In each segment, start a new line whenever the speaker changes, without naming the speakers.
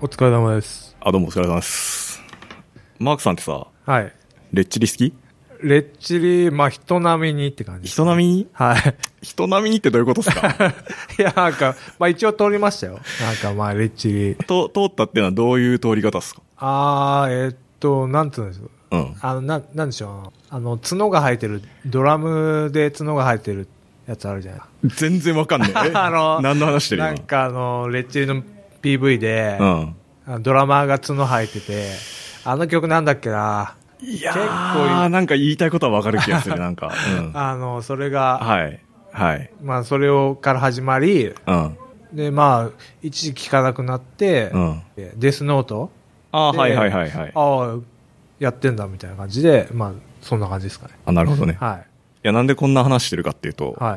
お疲れ様です。
あ、どうもお疲れ様です。マークさんってさ、
はい。
レッチリ好き
レッチリ、まあ、人並みにって感じ。
人並みに
はい。
人並みにってどういうことですか
いや、なんか、まあ、一応通りましたよ。なんか、まあ、レッチリ。
と通ったっていうのはどういう通り方ですか
あー、えーっと、なんつうんです
うん。
あの、な、なんでしょう。あの、角が生えてる、ドラムで角が生えてるやつあるじゃない
全然わかん ない。え
あの
何の話してる
なんか、あの、レッチリの PV で、
今。うん。
あのドラマーが角生えてて、あの曲なんだっけな。
いや
結構
ー、なんか言いたいことはわかる気がする、なんか。うん、
あの、それが、
はい。はい。
まあ、それを、から始まり、
うん。
で、まあ、一時聞かなくなって、
うん。
でデスノート
あー
で
はいはいはいはい。
ああ、やってんだみたいな感じで、まあ、そんな感じですかね。
あ、なるほどね。い
は
や、なんでこんな話してるかっていうと、
い。はい。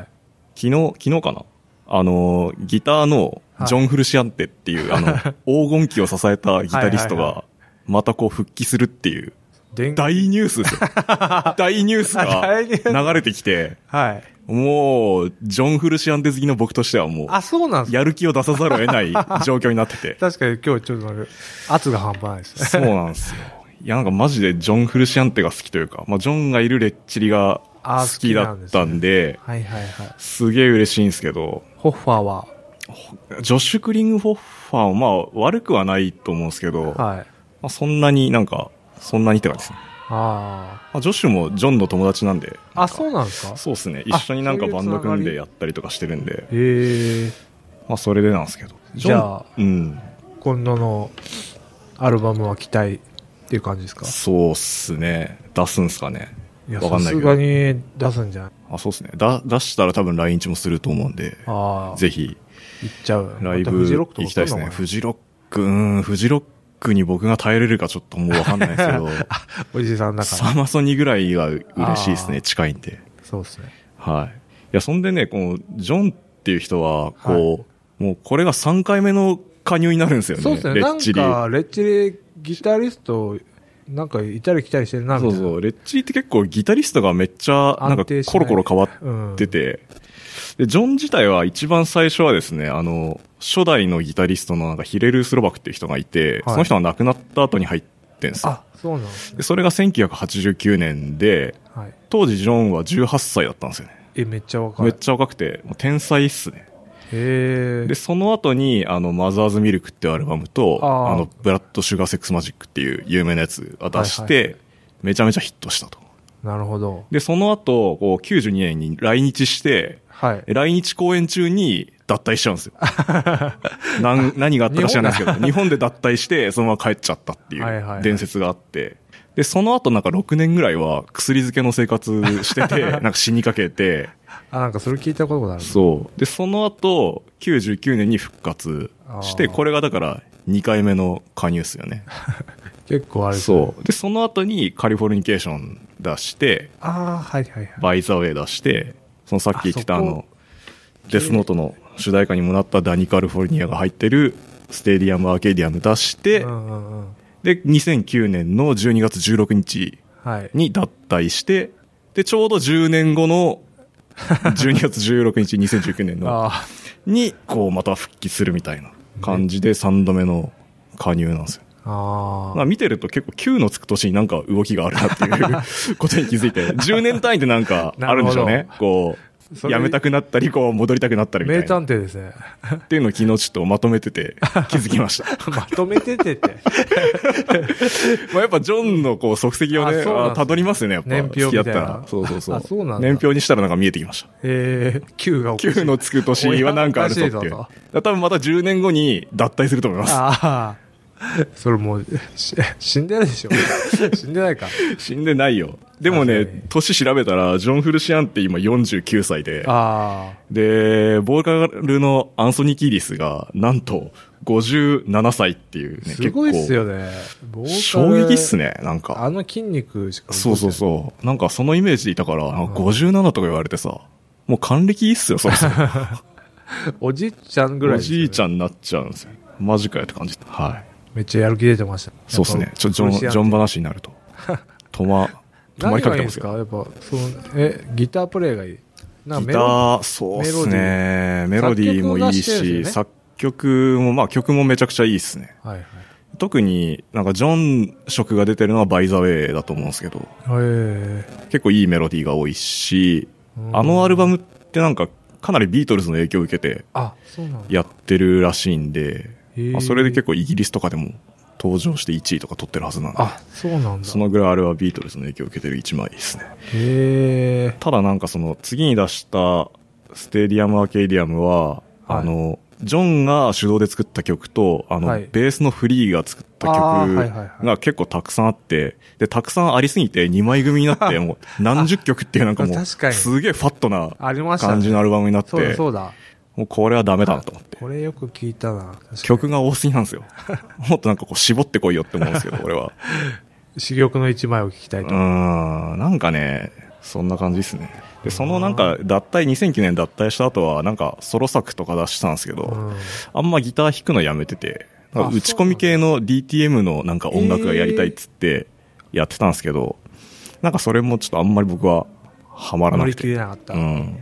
昨日、昨日かなあのー、ギターのジョン・フルシアンテっていう、 あの、黄金期を支えたギタリスト
はいはいは
が、またこう復帰するっていう、
電
大ニュースですよ。 大ニュースが
大ニュース
流れてきて、
はい。
もう、ジョン・フルシアンテ好きの僕としてはも
あ、
う、
そうなんですか。
やる気を出さざるを得ない状況になってて
確かに今日ちょっとなんか圧が半端ないですね。
そうなんですよ。いや、なんかマジでジョン・フルシアンテが好きというか、まあ、ジョンがいるレッチリが
あ
好
ー
きだ
好きなんで
っ
すね
たんで、
はいはいはい。
すげえ嬉しいんですけど、
ホッファーは、
ジョッシュ・クリング・フォッファーは、まあ、悪くはないと思うんですけど、ま
はい。
あ、そんなになんか、そんなにって感じですね。
あ
まあ、ジョッシュもジョンの友達なんで、
あ。あ、そうなんですか
そうですね。
あ
一緒になんか
そうい
バ
うつ
ン
なが
ド
り
組んでやったりとかしてるんで、
へえ。
まあ、それでなんですけど。
じゃあ
ジョンうん。
今度のアルバムは期待っていう感じですか
そうっすね。出すんすかね。
いや、
わか
さ
んない
す
け
が
ど。
に出すんじゃない
あ、そうっすね。だ出したら多分来日もすると思うんで、
ああ。
ぜひ、
行っちゃう。
ライ
また
ブ
フジロックと
行
か
きたいです
来
ね。
んのかな
フジロック、うん、フジロックに僕が耐えれるかちょっともうわかんないですけ ど。
おじさんだか
サ
ら。
マソニぐらいは嬉しいです
あ
ね、
ー
近いんで。
そうですね。
はい。いや、そんでね、この、ジョンっていう人は、こう、もうこれが3回目の加入になるんですよね。
そうですね。
レ
な
ッ
ん
チリ。
か、レッチリ、ギタリスト、なんか、いたり来たりしてるな、みた
そ
いうな。
そう。レッチリって結構ギタリストがめっちゃ、なんか
安定しない
コロコロ変わってて、で、ジョン自体は一番最初はですね、あの、初代のギタリストのなんかヒレル・スロバクっていう人がいて、
はい
その人が亡くなった後に入ってんですよ。
あ、そうなんですね
で、。それが1989年で、
はい。
当時ジョンは18歳だったんですよね。
え、めっちゃ若い。
めっちゃ若くて、もう天才っすね。
へえ。
で、その後に、あの、マザーズミルクっていうアルバムと、
あー
あの、ブラッド・シュガー・セックス・マジックっていう有名なやつを出して、
はいはい
めちゃめちゃヒットしたと。
なるほど。
で、その後、こう、92年に来日して、
はい。
来日公演中に脱退しちゃうんで すよ。なん何があったか知らないですけど、日本で脱退して、そのまま帰っちゃったってい
はいはいは
う
い
伝説があって、で、その後なんか6年ぐらいは薬漬けの生活してて、 なんか死にかけて、
あ、なんかそれ聞いたことがある。
そう。で、その後、99年に復活し
あ
て、
ー
これがだから2回目の加入っすよね。
結構あれですね
そう。で、その後にカリフォルニケーション出して、
ああ、はいはいはい。
バイザウェイ出して、そのさっき言ってた
あ
あ
そこ
の、デスノートの主題歌にもなったダニカルフォルニアが入ってるステディアムアーケディアム出して、
うんうんうん。
で、2009年の12月16日
はい。
に脱退して、で、ちょうど10年後の12月16日、2019 年の
あ
に、こう、また復帰するみたいな感じで3度目の加入なんですよ。
あ。あ
まあ見てると結構9のつく年になんか動きがあるなっていうことに気づ いて、10年単位でなんかあるんでしょう
なる
ね。こ、
そうれ
やめたくなったり、こう、戻りたくなった
あ。
りみた
名
いな。
探偵ですね。
っていうのを昨日ちょっとまとめてて気づきました。
まとめててって。
まあやっぱジョンのこう足跡を
あ
ね、
そうなんですね
たどりますよね、やっぱ。
年表
付き合った
みたい
ら
な。
そうそうそ
あ
う。
そうなんだ
年表にしたらなんか見えてきました。
ええ、9がおかしい
9のつく年はなんかあるぞっていう。
お
だ
や
か
おかしい
ら多分また10年後に脱退すると思います。
ああ。 それもう、し死んでないでし ょ。死んでないか。
死んでないよ。で
あ
も
そうね
ね、年調べたら、ジョン・フルシアンって今49歳で、
あ
で、ボーカルのアンソニー・キーリスが、なんと57歳っていう
あ。
ね、
すごいっすよね。ボー
結
カ
構。衝
ル
撃っすね、なんか。
あの筋肉しか
そうそう
う。
そう。なんかそのイメージでいたから、なんか57とか言われてさ、もう還暦いいっすよ、そうそう。
おじいちゃ んぐらい、
おじいち
ん。
ゃんになっちゃうんですよ。マジかよって感じ。はい。
めっちゃやる気出てました。
そうっすね。ちょ、ジョン、ジョン話にな ると。止ま、止ま
何
りか
が
け
いいん
てま
ですす
けど
かやっぱ、その、え、ギタープレイがいい。なんか
ギ
メ
タ
ロ
ー、そうですね。メロディーもいいし、
作
作曲も、まあ曲もめちゃくちゃいいっすね。
はいはい。
特になんかジョン色が出てるのはバイザウェイだと思うんですけど、
へ
結構いいメロディーが多いし、
うん
あのアルバムってなんかかなりビートルズの影響を受けて
あ、そうなんだ。
やってるらしいんで、
へー
まあそれで結構イギリスとかでも登場して1位とか取ってるはずなんで、
あ、そうなんだ
そ。のぐらいあれはビートルズの影響を受けてる1枚ですね。
へ
ただなんかその次に出したステディアム・アーケイディアムは、
はい
あの、ジョンが主導で作った曲と、あの、
はい
ベースのフリーが作った曲
あーはいはいはい
が結構たくさんあって、で、たくさんありすぎて2枚組になって、もう何十曲っていうなんかもう、
確かに
すげえファットな
ーありました
感じ
ね。
のアルバムになっ
そうだ
て、
そうだ。
もうこれはダメだなと思って。
これよく聞いたな。確かに
曲が多すぎなんで すよ。もっとなんかこう絞ってこいよって思うんですけど、俺は。
珠玉の一枚を聞きたいうと。
ーん、なんかね、そんな感じですね。で、そのなんか、脱退、2009年脱退した後は、なんか、ソロ作とか出したんですけど、
うん
あんまギター弾くのやめてて、なんか
あ
打ち込み系の DTM のなんか音楽がやりたいっつってやってたんですけど、なんかそれもちょっとあんまり僕はハマら
乗
な
り
く
切れ
て、
なかった。
うん。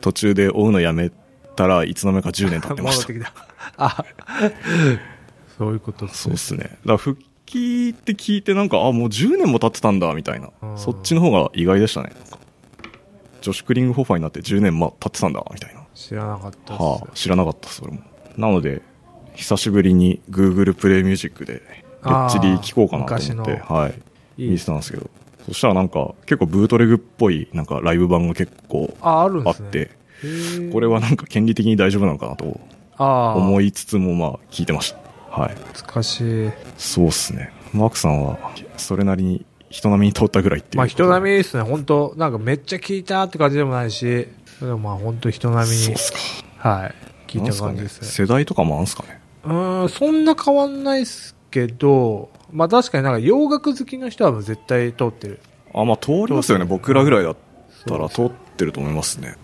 途中で追うのやめたらいつの間にか10年経ってま
戻
し
ったて。きた。あ、そういうことっす
そう
ね
っすね。だから復帰って聞いてなんか、あ、もう10年も経ってたんだ、みたいな
う。ん
そっちの方が意外でしたね。女子クリングホファーになって10年まあ経ってたんだ、みたいな。
知らなかったっす。
はあ、知らなかった、それも。なので、久しぶりに Google プレイミュージックで、レ
あ
ッ
ー
チリ聞こうかなと思って、
昔
はい。
いい
見てたんですけど。そしたらなんか、結構ブートレグっぽい、なんかライブ版が結構
あ、あるんで
あっ
すね。
て、
へー
これはなんか権利的に大丈夫なのかなと
あー
思いつつも、まあ、聞いてました。はい。
懐かしい。
そうっすね。マークさんは、それなりに人並みに通ったぐらいっていう。
まあ人並
み
みですね。本当なんかめっちゃ聞いたって感じでもないし、でもまあ本当人並み
そう
に
っ、すか。
はい、聞い
なん
た
すか
感
ね
じですね。
世代とかもあんすかね。
うーん、そんな変わんないっすけど、まあ確かになんか洋楽好きの人はもう絶対通ってる。
あ、まあ通りますよね。僕らぐらいだった
そう
ら
で
通ってると思いますね。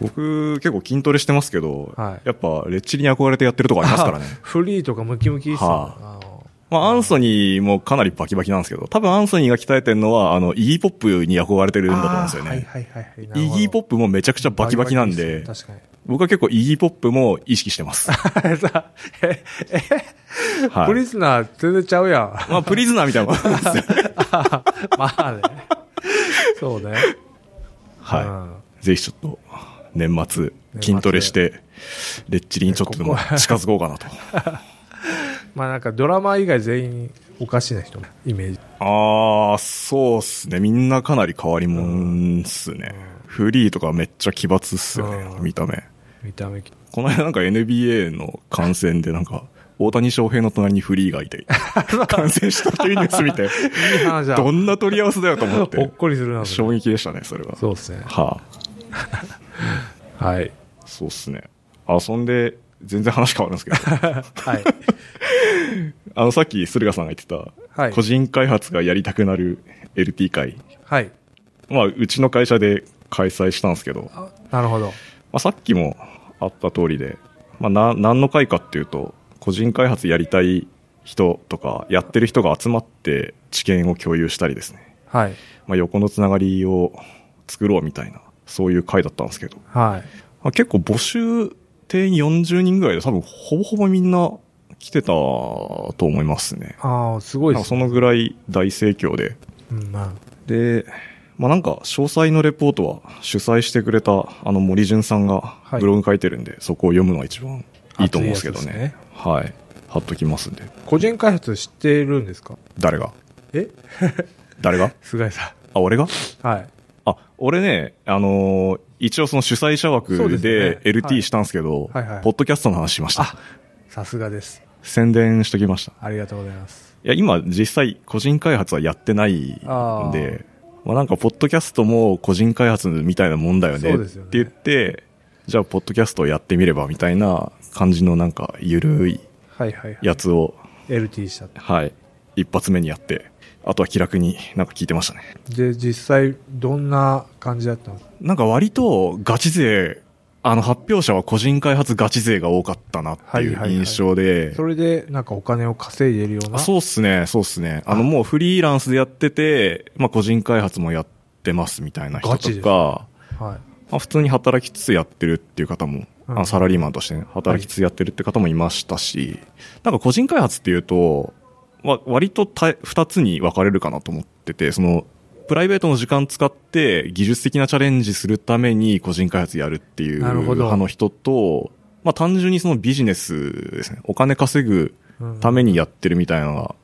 僕、結構筋トレしてますけど、
はい
やっぱ、レッチリに憧れてやってるとこありますからね。
フリーとかムキムキっすよ
は
あの
まあ、アンソニーもかなりバキバキなんですけど、多分アンソニーが鍛えてるのは、あの、イギーポップに憧れてるんだと思うんですよね。
あーはいはいはいはい。
イギーポッ
プ
プもめちゃくちゃバキバキなんで、
確かに。
僕は結構イギーポップも意識し てます。
さえ、
はい、
プリズナー全然ちゃうやん。
まあ、プリズナーみたいなもんですよ。
まあね。そうね。
はい、
うん
ぜひちょっと、年末、筋トレして、レッチリにちょっとでも 近づこうかなと。
まあなんかドラマ以外全員おかしな人のイメージ。
あー、そうっすね。みんなかなり変わりもんっすね。フリーとかめっちゃ奇抜っすよね、
うん
見た目。
見た目。
この間なんか NBA の観戦でなんか、大谷翔平の隣にフリーが いて、観戦したっていうニュース見て、
いい話だ。
どんな取り合わせだよと思っ、
ほってこりするな。それ
衝撃でしたね、それは。
そうですね。
はあ、
はい。
そうっすね。遊んで、全然話変わるんですけど。
はい。
あの、さっき、駿河さんが言ってた、
はい
個人開発がやりたくなる LP 会。
はい。
まあ、うちの会社で開催したんですけど、ま
あなるほど。
あ、さっきもあった通りで、まあ、な、何の会かっていうと、個人開発やりたい人とか、やってる人が集まって知見を共有したりですね。
はい。
まあ、横のつながりを作ろうみたいな、そういう会だったんですけど、
はい。
まあ、結構募集定員40人ぐらいで多分ほぼほぼみんな来てたと思いますね。
ああ、すごい
なん
で
か
す
そ
ね。
のぐらい大盛況で。
うん、ま
で、まあ、なんか、詳細のレポートは主催してくれた、あの森潤さんが
はい
ブログ書いてるんで、そこを読むのが一番いいと思うんですけどね。
熱いやつですね
はい。貼っときますんで。
あ、個人開発知ってるんですか
誰が
え
誰が
菅井さ
あ、俺が
ん。はい。
あ、俺ね、あのー一応その主催者枠
そうです
で
ねはい
LT したんですけど、
はいはい
ポッドキャストの話しました
あ。さすがです。
宣伝しときました。
ありがとうございます。
いや、今実際個人開発はやってないんで、
あー
まあなんかポッドキャストも個人開発みたいなもんだよ
そ
ねっ
うですよね
て言って、じゃあポッドキャストをやってみればみたいな感じのなんかゆるい
はいはいはい。
やつを、
LT したって。
はい、一発目にやって、あとは気楽になんか聞いてましたね。
で、実際、どんな感じだったんですか
なんか割とガチ勢、あの発表者は個人開発ガチ勢が多かったなってい
はいは
う
いはい
印象で、
それで、なんかお金を稼いでるような。
あそうっすね、そうっすね。あの、もうフリーランスでやってて、まあ、個人開発もやってますみたいな人
ガチで
とか、
はい。
まあ、普通に働きつつやってるっていう方も、
うん
あサラリーマンとしてね、働きつつやってるって方もいましたし、なんか個人開発っていうと、わ割とた二つに分かれるかなと思ってて、その、プライベートの時間使って技術的なチャレンジするために個人開発やるっていう
なるほど
派の人と、まあ単純にそのビジネスですね、お金稼ぐ
うん
ためにやってるみたいなのが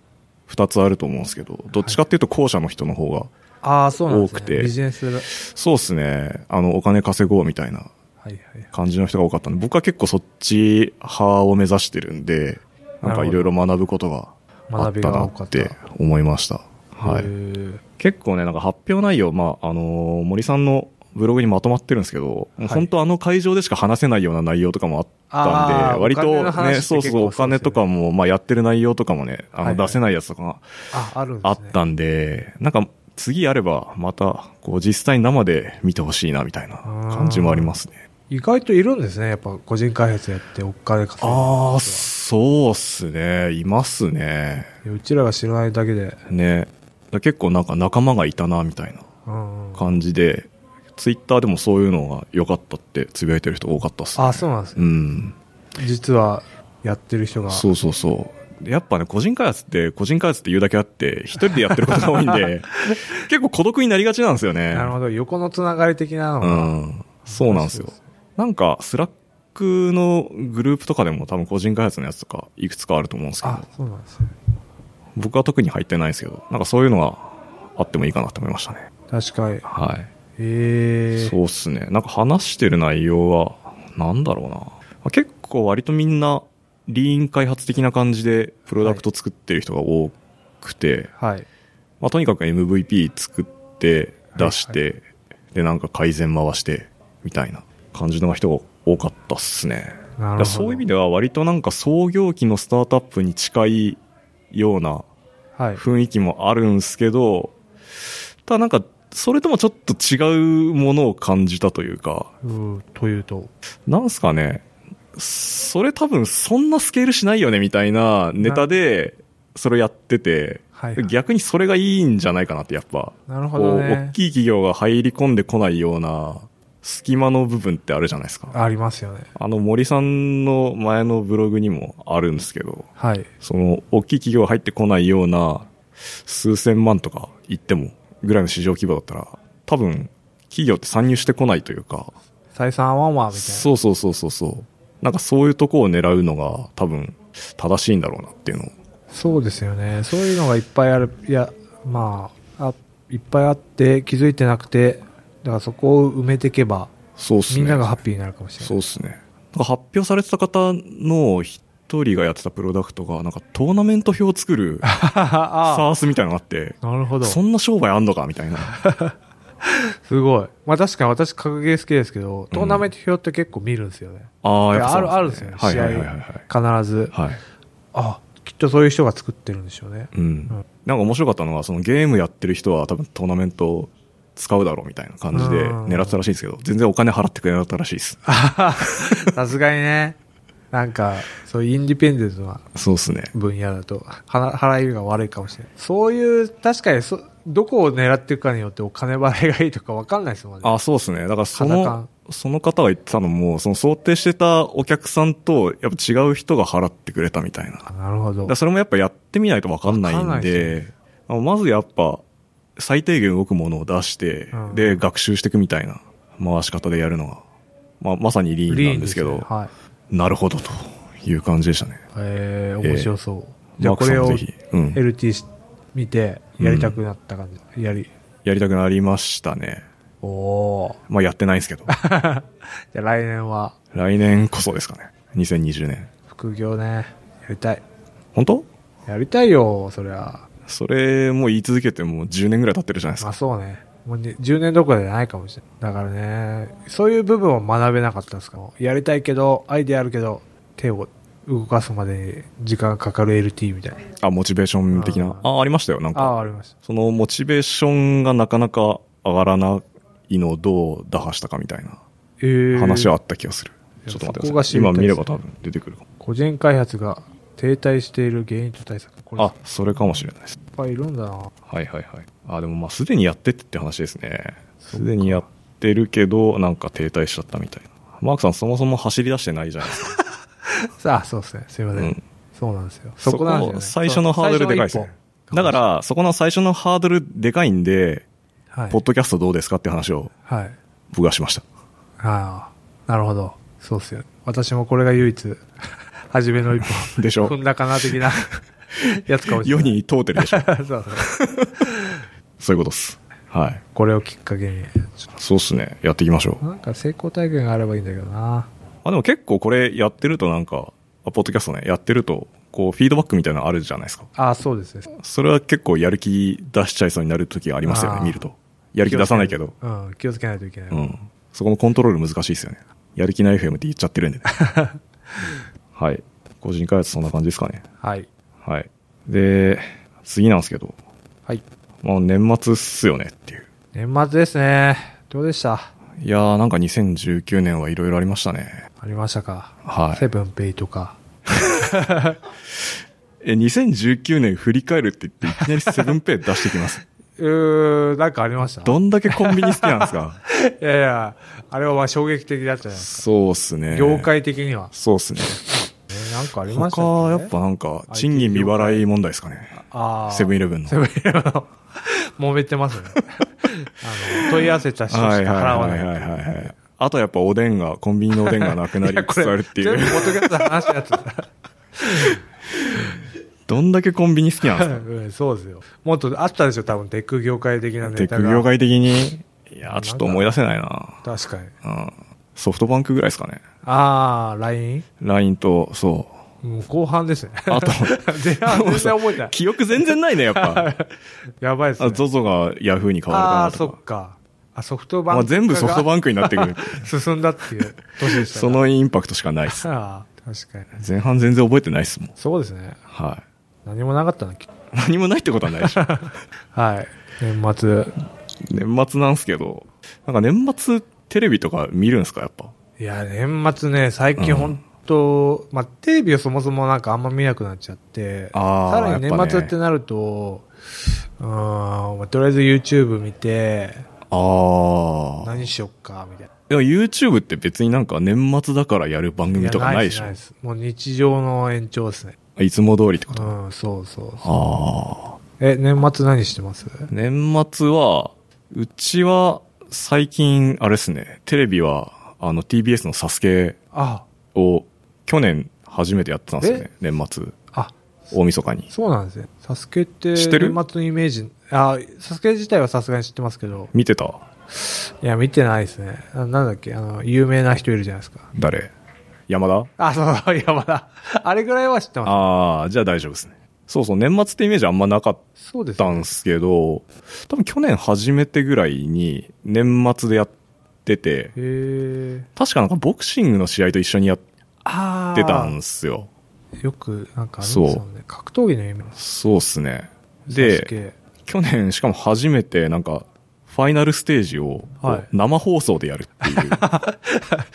二つあると思うんですけど、どっちかっていうと後者の人の方が、
ああ、そうなんですね。
多くて
ビジネスが。
そうですね、あの、お金稼ごうみたいな
はいはい。
感じの人が多かったんで、僕は結構そっち派を目指してるんで、なんかいろいろ学ぶことがあっ
学び
た
が
な
多か
っ
った。
て思いました。は
へ
い。
ー
結構ね、なんか発表内容、まあ、あのー森さんのブログにまとまってるんですけど、
はい
本当あの会場でしか話せないような内容とかもあった
あ
んで、
ー
割と
お金の話っ
ね、
て
そう
結
そう、
構
お金とかも、まあ、やってる内容とかもね、あ
はい
の、
はい
出せないやつとかが
あ、あるんですね。
あったんで、なんか、次あれば、また、こう、実際生で見てほしいな、みたいな感じもありますね。
意外といるんですね。やっぱ個人開発やってお金稼いでる人
あ
は
あ、そうっすね。いますね。
いやうちらが知らないだけで。
ね。だ結構なんか仲間がいたな、みたいな
うんうん
感じで、ツイッターでもそういうのが良かったってつぶやいてる人多かったっすね。
あ、そうなんです
う
ね。
ん。
実はやってる人が。
そうそうそう。でやっぱね、個人開発って、個人開発って言うだけあって、一人でやってることが多いん で、結構孤独になりがちなんですよね。
なるほど。横のつながり的なの
う
が。
ん。そうなんですよ。なんか、スラックのグループとかでも多分個人開発のやつとか、いくつかあると思うんですけど
あ、、そうなんですね。
僕は特に入ってないですけど、なんかそういうのがあってもいいかなと思いましたね。
確かに。
はい。
ええ。
そうっすね。なんか話してる内容は、なんだろうな。まあ結構割とみんな、リーン開発的な感じで、プロダクト作ってる人が多くて、
はい。
まあとにかく MVP 作って、出して、で、なんか改善回して、みたいな感じの人が多かったっすね。
なるほ
い
ど。
やそういう意味では割となんか創業期のスタートアップに近いような
はい。
雰囲気もあるんすけど、ただなんか、それともちょっと違うものを感じたというか、
うんというと。
なんすかね、それ多分そんなスケールしないよねみたいなネタで、それをやってて、
はいはい
逆にそれがいいんじゃないかなってやっぱ、
なるほ
こ
ど
う、
ね
大。きい企業が入り込んでこないような隙間の部分ってあるじゃないですか。
ありますよね。
あの森さんの前のブログにもあるんですけど、
はい。
その、大きい企業が入ってこないような、数千万とか言っても、ぐらいの市場規模だったら、多分、企業って参入してこないというか、
採算合わんわ、みたいな。
そうそうそうそうそう。なんかそういうとこを狙うのが、多分、正しいんだろうなっていうのを。
そうですよね。そういうのがいっぱいある。いや、まあ、あいっぱいあって気づいてなくて、だからそこを埋めていけば、
そうっすね。
みんながハッピーになるかもしれ
そ
ない。
うっすね。なんか発表されてた方の一人がやってたプロダクトが、なんかトーナメント表を作る
あ
サースみたいなのがあって、
あ、なるほど。す
そんな商売あんのかみたい な。
ごい。まあ確かに私、格ゲー好きですけど、トーナメント表って結結構見るんですよね。
ああ、やっぱ
あ
そう
る、あ
な
るん
ん
ですよね。
はい
試
はいはいはいはい。
合、必ず。
はい
あ、きっとそういう人が作ってるんでしょうね。
うんなんか面白かったのは、そのゲームやってる人は多分トーナメントを使うだろうみたいな感じで
うん
狙ってたらしいんですけど、全然お金払ってくれなかったらしいです。
さすがにね。なんか、そういうインディペンデントな
そうですね。
分野だと、は払いが悪いかもしれない。そういう、確かにそ、どこを狙っていくかによってお金払いがいいとか分かんないですもんね。
あ、そうですね。だからそ
肌感
の、その方が言ってたのも、その想定してたお客さんと、やっぱ違う人が払ってくれたみたいな。だか
なるほど
ら。それもやっぱやってみないとわかんない
わかんなんいで
で、あまずやっぱ、最低限動くものを出して、
うん
で、学習していくみたいな回し方でやるのが、まあ、まさにリーンなんですけど、
ねはい。
なるほどという感じでしたね。
えー、面白そう。
え
じゃあこれ
マー
を
クさんもぜひうん
LT し見て、やりたくなった感じ。やり。
やりたくなりましたね。
おー。
まあやってないんですけど。
じゃあ来年は、
来年こそですかね。2020年。
副業ね、やりたい。
本当
やりたいよ、そりゃ。
それもう言い続けてもう10年ぐらい経ってるじゃないです
まあ
か。
そうね。もうね10年どころじゃないかもしれない。だからね、そういう部分を学べなかったんですかやりたいけど、アイデアあるけど、手を動かすまでに時間かかる LT みたいな。
あ、モチベーション的な。
あ
あ、ありましたよ。なん
あ
か。
あ、ありました。
そのモチベーションがなかなか上がらないのをどう打破したかみたいな
えー
話はあった気がする。
いや
ちょっと待って
そこ
く
が
だ
知
さい。
りたい
今
です
見れば多分出てくるかも。
個人開発が停滞している原因と対策。これ、いっ
あ、それかもしれないです。
ぱいいるんだな。
はいはいはい。あ、でもまあすでにやってってって話ですね。すでにやっってるけど、なんか停滞しちゃったみたいな。マークさんそもそも走り出してないじゃないですか。
さあ、そうですね。すいません。
うん
そうなんですよ。 そこなんですよ、ね。
そこ最初のハードルでかいですね
そう
だか、ら、そこの最初のハードルでかいん
最
で、
初の一歩はい、
ポッドキャストどうですかって話を
はい。
僕はしました。
ああ、なるほど。そうっすよ。私もこれが唯一、初めの一歩。
でしょ
踏んだかな的 なやつかもしれ
世
ない。。
に問うてるでし ょ
そうそう
そういうことです。はい。
これをきっかけに。ちょっ
そうっすね。やっていきましょう
と。なんか成功体験があればいいんだけどな。
あ、でも結構これやってるとなんか、あポッドキャストね、やってると、こう、フィードバックみたいなのあるじゃないですか。
ああ、そうですね。
それは結構やる気出しちゃいそうになる時がありますよ
あ
ね、
ー
見ると。やる気出さないけど。。
うん、気をつけないといけない。
うん。そこのコントロール難しいですよね。やる気ない FM って言っちゃってるん でね。はい。個人開発そんな感じですかね。
はい。
はい。で、次なんですけど、
はい。
まあ年末っすよねっていう。
年末ですね。どうでした
いやーなんか2019年はいろいろありましたね。
ありましたか、
はい
セブンペイとか。
え、2019年振り返るって言っていきなりセブンペイ出してきます。
うー、なんかありました
どんだけコンビニ好きなんですか
いやいや、あれはまあ衝撃的だったじゃないです
そうっす
か。
ね。
業。界的には。
そうっすね。
えーなんかありました
他、やっぱなんか、賃金未払い問題ですかね。
あー
セブンイレブンの。
セブンイレブンの揉めて ますね。あの、問い合わせた人しか払わない。
はいはいはいはいはい。あとやっぱおでんが、コンビニのおでんがな くなりつつあるってい
全部
う。
ポッドキャストの話のやつだ。
どんだけコンビニ好きな んですか
うんそうですよ。もっとあったでしょ、多分、テック業界的な
テ
ネ
ッ
タ
ク
が。
業界的に。いやー、ちょっと思い出せないな。
確かに。
うん。ソフトバンクぐらいですかね。
あー、LINE?
LINE と、そ
もう後半ですね。
あと
前半全然覚えてな
う。
い。
記憶全然ないね、や っぱ。
やばいです
あ
ね。
ZOZO が Yahoo に変
あ
わ
ー、
る
そ
かなと
っか。あ、ソフト
か。
バン
ま
ク。
あ全部ソフトバ
ン
ンクになってくる。
ク。進んだっていう年でした
そ
ね。
のインパクトしかないっす。
あー、確かに。
前半全然覚えてないっすもん。
そうですね。
は
何もなかったな、きっと
い。何もないってことはないでしょ。
はい。年末。
年末なんすけど。なんか年末テレビとか見るんすか、やっぱ。
いや、年末ね、最
う
近
ん
本当、まあ、テレビをそもそもなんかあんま見なくなっちゃって、
あー
さらに
やっぱ
年
ね
末ってなると、うーん、まあとりあえず YouTube 見て、
ああ。
何しよっか、みたいな。
でも YouTube って別になんか年末だからやる番組とかないでし
や
ょ
っすもう日常の延長ですね。
いつも通りってこと。
うん、そうそうそう。
ああ。
え、年末何してます
年末は、うちは最近、あれですね、テレビは、あの TBS のサスケ
あ、
を去年初めてやってたんですよね、年末。
あ、
大晦日に。
そうなんですね。サスケって、
知ってる
年末のイメージ、あ、サスケ自体はさすがに知ってますけど、
見てた
いや、見てないですね。あなんだっけ、あの、有名な人いるじゃないですか。
誰山田
あ、そうそう、山田。あれぐらいは知ってま
ああ、じゃあ大丈夫ですね。そうそう、年末ってイメージあんまなかっ
す。そうです
たんすけど、多分去年初めてぐらいに年末でやってて、
へえ。
確かなんかボクシングの試合と一緒にやっ
あ
てたんすよ。
よく、なんかありますよね。格闘技の夢
そうっすね。で、、去年しかも初めてなんか、ファイナルステージをこう
はい
生放送でやるっ ていう。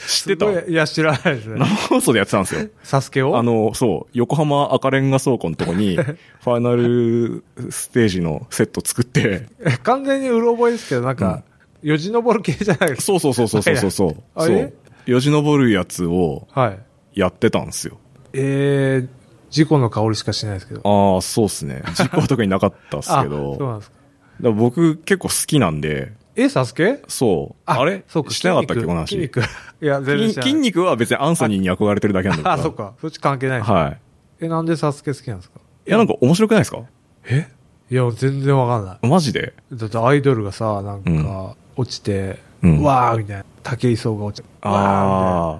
知
知
ってた
いや、知らないです
生
ね。
放送でやってたんですよ。
サスケを
あ、の、そう、横浜赤レンガ倉庫のとこ に、ファイナルステージのセット作って、
え完全にうろ覚えですけど、なんか、よじ登る系じゃないです
そうそうそうそうそうそうそう。
あ
そ
れ
う。よじ登るやつを
か。はい。
やってたんですよ。
えー、事故の香りしかしないですけど。
ああ、そうっすね。実行は特になかったっすけ
あそう
ど。
なんですか。
だから僕結構好きなんで、
え、サスケ
そう。あれ
そうか。
してなかったっけ、
筋
この
肉
話。
筋肉。 いや、全然
筋
知らない
筋肉は別にアンソニーに憧れてるだけなんだ
あ、
け
そっ
ど。
か。そっち関係ないです。
は
え、なんでサスケ好きなんですか
い。いや、なんか面白くないですか
えいや、全然わかんない。
マジで。
だってアイドルがさ、なん
うん
か、落ちて、う
うん
わーみたいな。竹磯が落ちて、うわーみ
ああ。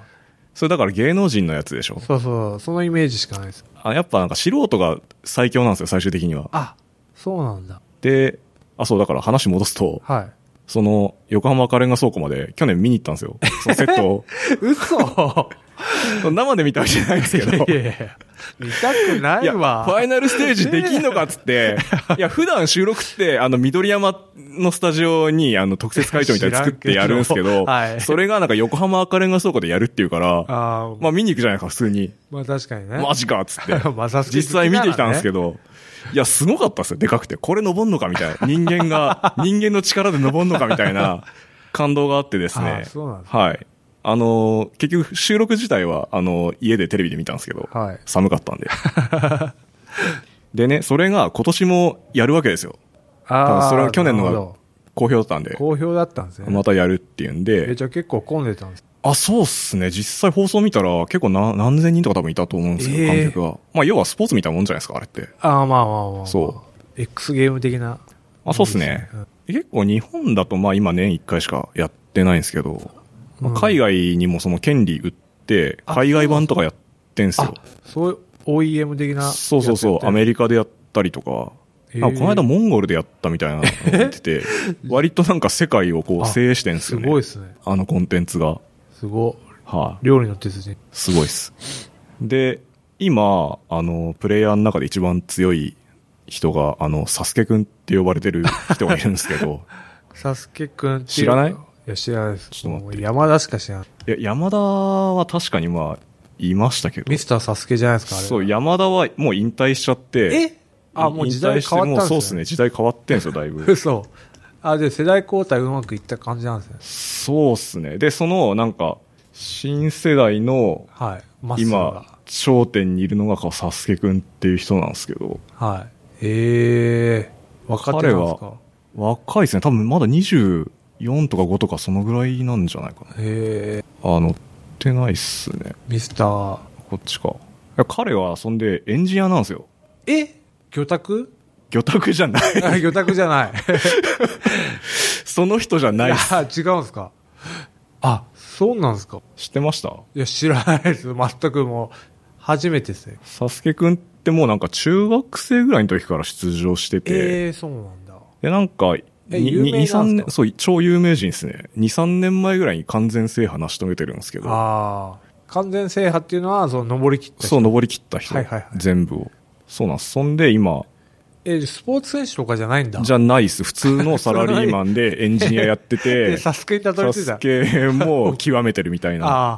それだから芸能人のやつでしょ
たいな。そうそう、そのイメージしかないです。
あやっぱなんか素人が最強なんですよ、最終的には。
あ、そうなんだ。
で、あ、そう、だから話戻すと、
はい。
その、横浜赤レンガ倉庫まで去年見に行ったんですよ。そのセット を。
嘘
生で見たわけじゃないです
い
けど。
やいやいや見たくないい
や、フ
わ。
ァイナルステージできんのかっ つって、いや、普段収録って、あの、緑山のスタジオに、あの、特設会場みたいなの作ってやるんですけ
知らんけ
ど、
どはい
それがなんか横浜赤レンガ倉庫でやるっていうから、
あー
まあ見に行くじゃないですか、普通に。
まあ確かにね。
マジかっつって
まあサス。ケ好き
実際見てきたんですけ
な
ど、いや、す ごかったっすよ、でかくて。これ登んのかみたいな。人間が、人間の力で登んのかみたいな。感動があってですね
あ。そうなんですね
はい。あのー、結局収録自体は、あのー、家でテレビで見たんですけど、
はい
寒 かったんで。でね、それが今年もやるわけですよ。た
あ
だ
あ、
それは去年の
な
が
るほ
好評だったんで
ど、好評だったんですね。
またやるっていうん
え
で、
じゃあ結構混んでたんです。
あ、そうっすね。実際放送見たら結構な何千人とか多分いたと思うんですけど、
えー
観客が。まあ、要はスポーツみたいなもんじゃないですか、あれって。
ああ、まあまあまあまあ。。
そう
X ゲーム的な。
あ、そうっすね。結構日本だとまあ今年1回しかやってないんですけど、まあ
うん
海外にもその権利売って、
あ
海外版とかやってんすよ
あ。、そういう OEM 的な。
そうそうそう、アメ
リ
リカでやったりとか、
へー
なんかこの間モンゴルでやったみたいなのを言って て、割となんか世界をこう
あ
制してんす
す
よね。
ごいっすね。
あのコンテンツが。
すごい。
はい、
料理の鉄人。
すごいっす。で、今、あの、プレイヤーの中で一番強い人が、あの、サスケくんって呼ばれてる人がいるんですけ ど、
サスケくんってう
知らない
いや、知らないです。
ちょっと待って
もう山田しか知らない。
いや、山田は確かにまあ、いましたけど
ミ、スターサスケじゃないですか、あれ。
そう、山田はもう引退しちゃって、
えあ、もう時代変わったん
引退してもう
ですね。
そうですね、時代変わってんすよ、だ いぶ。
嘘。あ、で、世代交代うまくいった感じなんですね。
そうっすね。で、その、なんか、新世代の、
はい。マッスル
今
が。、
頂点にいるのが、こうサスケくんっていう人なんですけど、
はい。ええー。若手なんです
彼
か。
若いですね。多分まだ24とか5とかそのぐらいなんじゃないかな。
ええ
あ、乗ってないっすね。
ー。ミスター。
こっちか。いや彼は、そんで、エンジニアなんですよ。
え魚拓
魚拓じゃない。
あ魚拓じゃない。
その人じゃないっす。
あ、違うんですか。あ、そうなんですか。
知ってました
いや、知らないです。全くもう、初めてですね。
サスケくんってもうなんか中学生ぐらいの時から出場してて、
ええー、そうなんだ。
で、なんか、
え
に
有名なん
に
すか
2 3年、そう、超有名人ですね。2、3年前ぐらいに完全制覇成し遂げてるんですけど、
ああ。完全制覇っていうのは、その、登り切った人
そう、登り切った人、
はいはいはい
全部を。そうなんです。そんで今、
えー、スポーツ選手とかじゃないんだ。
じゃないっす。普通 のサラリーマンでエンジニアやって
で
て、
サスケにたどり
サ
着い
ス
た。
ケも極めてるみたいな、
あ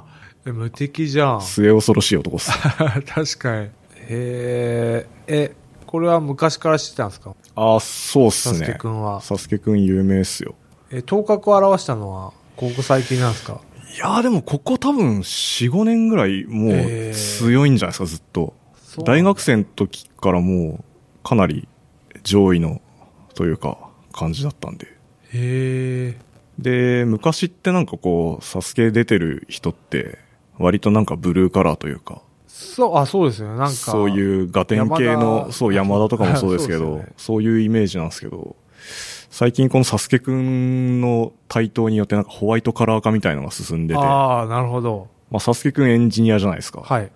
あ、無敵じ ゃん。
末恐ろしい 男っす。
確かに。へえ、え、これは昔から知ってたんですか
あ、そうっす
サ
ね。
スケくんは。
サスケくん有名っすよ。
え、頭角を表したのは、ここ最近なんですか
いやーでもここ多分4、5年ぐらいも
え
う
ー
強いんじゃないですか、ずっと
そ。う
大学生の時からもうかなり上位のというか感じだったんで。
へえ、
で、昔ってなんかこう、サスケ出てる人って割となんかブルーカラーというか、
そう、あ、そうですよね。なんか。
そういうガテン系の、
山田
そう山田とかもそうですけ
そう
ど、
ですよね
そういうイメージなんですけど、最近このサスケくんの台頭によってなんかホワイトカラー化みたいのが進んでて、ま
ああ、なるほど。
あサスケくんエンジニアじゃないですか。
はい。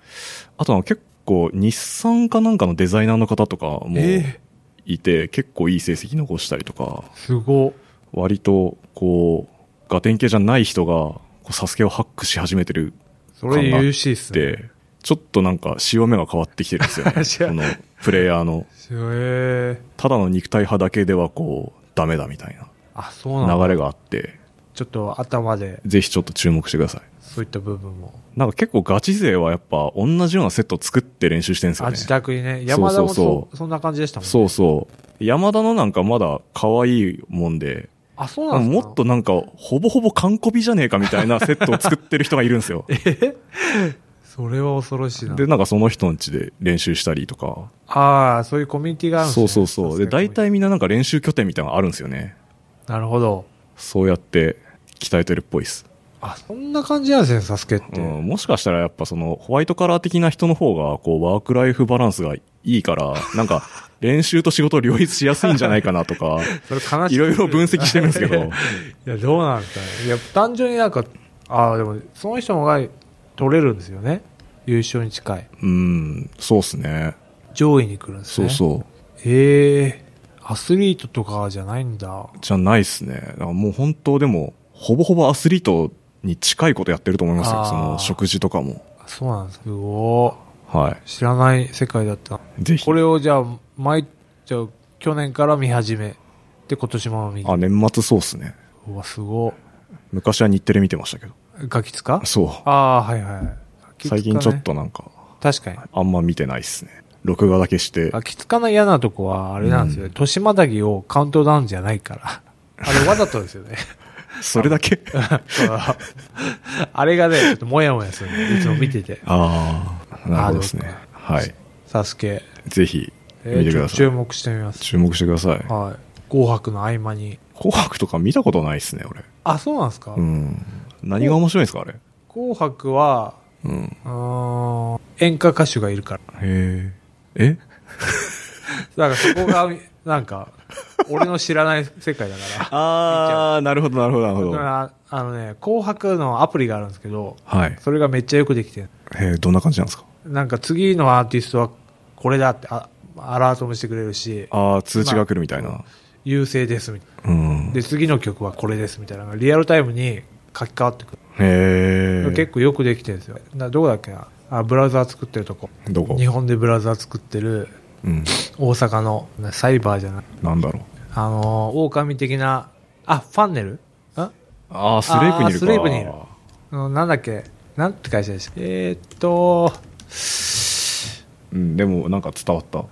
あとは結構、日産かなんかのデザイナーの方とかも
え
いて、結構いい成績残したりとか、
すご。
割と、こう、ガテン系じゃない人が、こうサスケをハックし始めてる
それ優秀っす
っ
ね。
て、ちょっとなんか潮目が変わってきてるんです よね。
知ら
その、プレイヤーの、
へえ。
ただの肉体派だけではこう、ダメだみたい
あ、そうなん
な
だ。
流れがあって、
ちょっと頭で、
ぜひちょっと注目してください。
そういった部分も。
なんか結構ガチ勢はやっぱ同じようなセットを作って練習してるんですよ
あ、
ね。
自宅にね。山田もそ
そうそうそう
そんな感じでしたもんね。
そうそう。山田のなんかまだ可愛いもんで、
あ、そうなん
も
ですか
っとなんか、ほぼほぼ完コピじゃねえかみたいなセットを作ってる人がいるん ですよ。
それは恐ろしいな。
で、なんかその人ん家で練習したりとか。
ああ、そういうコミュニティがあるんです
そ
ね。
うそうそう。で、
さすがに
大。体みんななんか練習拠点みたいなのがあるんですよね。
なるほど。
そうやって鍛えてるっぽいです。
あ、そんな感じなんですね、サスケって。
うん、もしかしたらやっぱそのホワイトカラー的な人の方がこうワークライフバランスがいい から、なんか練習と仕事を両立しやすいんじゃないかなと か、
それ悲しい。
いろいろ分析してるんですけ
い
ど。
や、どうなんですかね。いや、単純になんか、ああ、でも、その人の方が取れるんですよね。優勝に近い。
うん、そうっすね。
上位に来るんです
そ
ね。
うそう。
へえアスリートとかじゃないんだ。
じゃないっすね。だからもう本当でも、ほぼほぼアスリートに近いことやってると思いますよ。
あー
その食事とかも。
あそうなんです。すご。
はい
知らない世界だった。
い。ぜひ。
これをじゃあ、毎、じゃあ、去年から見始め。で、今年も見
あ、年末そうっすね。
うわ、すごい。
昔は日テレ見てましたけど。
ガキツカ
そう。
ああー、はいはい。
最近ちょっとなんか、
確かに。
あんま見てないっすね。録画だけして。
あ、きつかな嫌なとこは、あれなんですよ。
うん
豊島だぎをカウントダウンじゃないから。あれわざとですよね。
それだけ
あれがね、ちょっともやもやするねいつも見てて。
ああ、なるほどですね。はい。
サスケ。
ぜひ、
え
見て
ー、
く
ちょ
だ
っと
さい
注。目してみます。
注目してください。
はい。紅白の合間に。
紅白とか見たことないですね、俺。
あ、そうなんですか、
うん。何が面白いんですか、あれ。
紅白は、
うん。へ
うーん、演歌歌手がいるから。
え。え
だからそこが、 なんか、俺の知らない世界だから。
ああ、なるほど、なるほど、なるほ
だ
ど。
か
は
ら、あのね、紅白のアプリがあるんですけど、
い。
それがめっちゃよくできてる
へえ、どんな感じなんですか
なんか次のアーティストはこれだってあアラートもしてくれるし、
ああ、通知が来るみたいな。
優勢ですみたい
うん。
な。
へ
で、次の曲はこれですみたいなのがリアルタイムに書き換わってくる。
え。
結構よくできてるんですよ。などこだっけなあ、ブラウザー作ってるとこ。
どこ
日本でブラウザー作ってる
うん。
大阪のなサイバーじゃない。
なんだろう。
あのー、狼的な、あ、ファンネルん
ああ、スレイプにいるか。
あースレイプにいるあのなんだっけなんて会社でしたえーっと、
うん、でもなんか伝わった。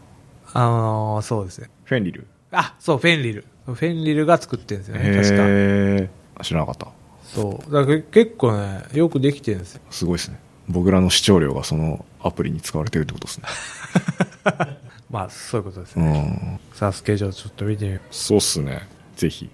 あのー、そうですね。
フェンリル。
あ、そう、フェンリル。フェンリルが作ってるんですよね、確か。
へえ。知らなかった。
そう。だから結構ね、よくできてるんですよ。
すごいですね。僕らの視聴量がそのアプリに使われてるってことですね。
まあ、そういうことです
う
ね。
ん。
さあ、スケジュールちょっと見てみよう。
そうっすね。ぜひ。い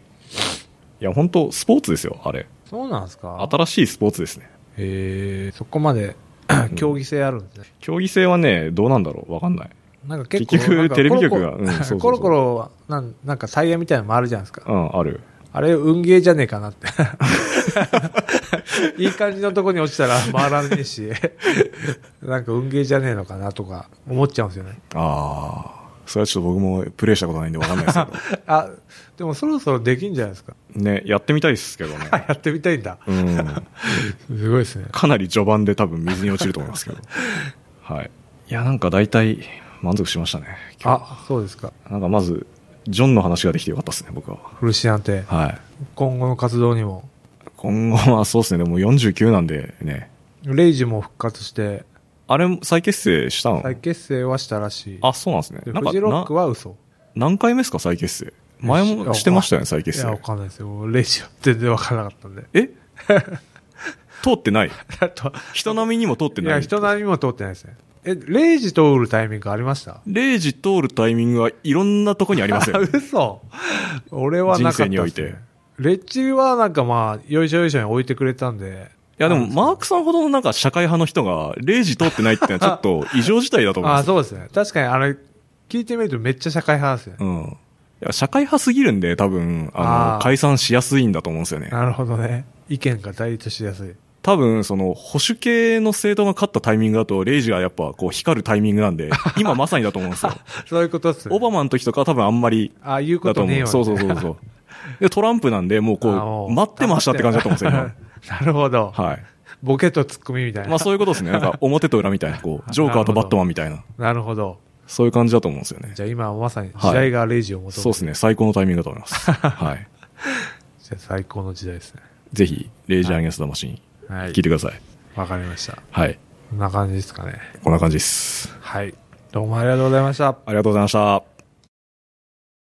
や、本当スポーツですよ、あれ。
そうなんですか
新しいスポーツですね。
へえそこまで 競技性あるんですね。
競技性はね、どうなんだろうわかんない。
なんか結構。
結局
なんか
テレビ局が
コロ
うんそうそうそう
コロコロコロなん、なんかタイヤみたいなのもあるじゃないですか。
うん、ある。
あれ、運ゲーじゃねえかなって。 いい感じのとこに落ちたら回らねえし、 なんか運ゲーじゃねえのかなとか思っちゃうんですよね。
ああ。それはちょっと僕もプレイしたことないんでわかんないですけ
あ、でもそろそろできんじゃないですか。
ど。ね、やってみたいですけどね。
あやってみたいんだ。
うん。
すごいですね。
かなり序盤で多分水に落ちると思いますけど。はい。いや、なんか大体満足しましたね。今
あ、そうですか。
日なんかまず、ジョンの話ができてよかったですね、僕は。
古シアンテ。
はい。
今後の活動にも。
今後はそうですね、でも49なんでね。
レイジも復活して、
あれ、再結成したの
再結成はしたらしい。
あ、そうなんですね。
で、
なん
フ
か
ジロック
な、
は嘘。
何回目ですか、再結成。前もしてましたよね、再
い
結
や、わ
成。
かんないですよ。レイジは全然わからなかったんで。
え 通ってない
あと、
人並みにも通って
い
ない。
や、人並みも通ってないですね。え、レイジ通るタイミングありました
0時通るタイミングはいろんなとこにあります
あ、
よ。
嘘。俺はなかったっす、ね。
人生において
レッチリはなんかまあ、よいしょよいしょに置いてくれたんで。
いやでも、
あ
マークさんほどのなんか社会派の人が0時通ってないってのはちょっと異常事態だと思い
あ
ま
あ、
す。
そうですね。確かにあれ、聞いてみるとめっちゃ社会派ですね。
うん。いや、社会派すぎるんで多分、あの、
あー
解散しやすいんだと思うんですよね。
なるほどね。意見が対立しやすい。
多分、その、保守系の政党が勝ったタイミングだと、レイジがやっぱ、こう、光るタイミングなん で、今まさにだと思うんですよ。
そういうことっすね。
オバマの時とかは多分あんまり、
ああ、いうこ
だと
とねえ
思
よ。
う。そうそうそうそう。で、トランプなんで、もう
あも
こ
う
う、待ってましたって感じだと思うんですよ、今。
なるほど。
はい。
ボケとツッコミみたいな。
まあそういうことですね。なんか、表と裏みたいな、こう、ジョーカーとバットマンみたいな、
なるほど。
そういう感じだと思うんですよね
じ。ゃあ今はまさに時代がレイジを求めて、
そうですね。最高のタイミングだと思い ます。はい。
じゃあ最高の時代ですね。
ぜひ、レイジーアゲンスト魂に
は
聞
い
いて。ください。
わかりました。
はい。
こんな感じですかね。
こんな感じです。
はい。どうもありがとうございました。
ありがとうございました。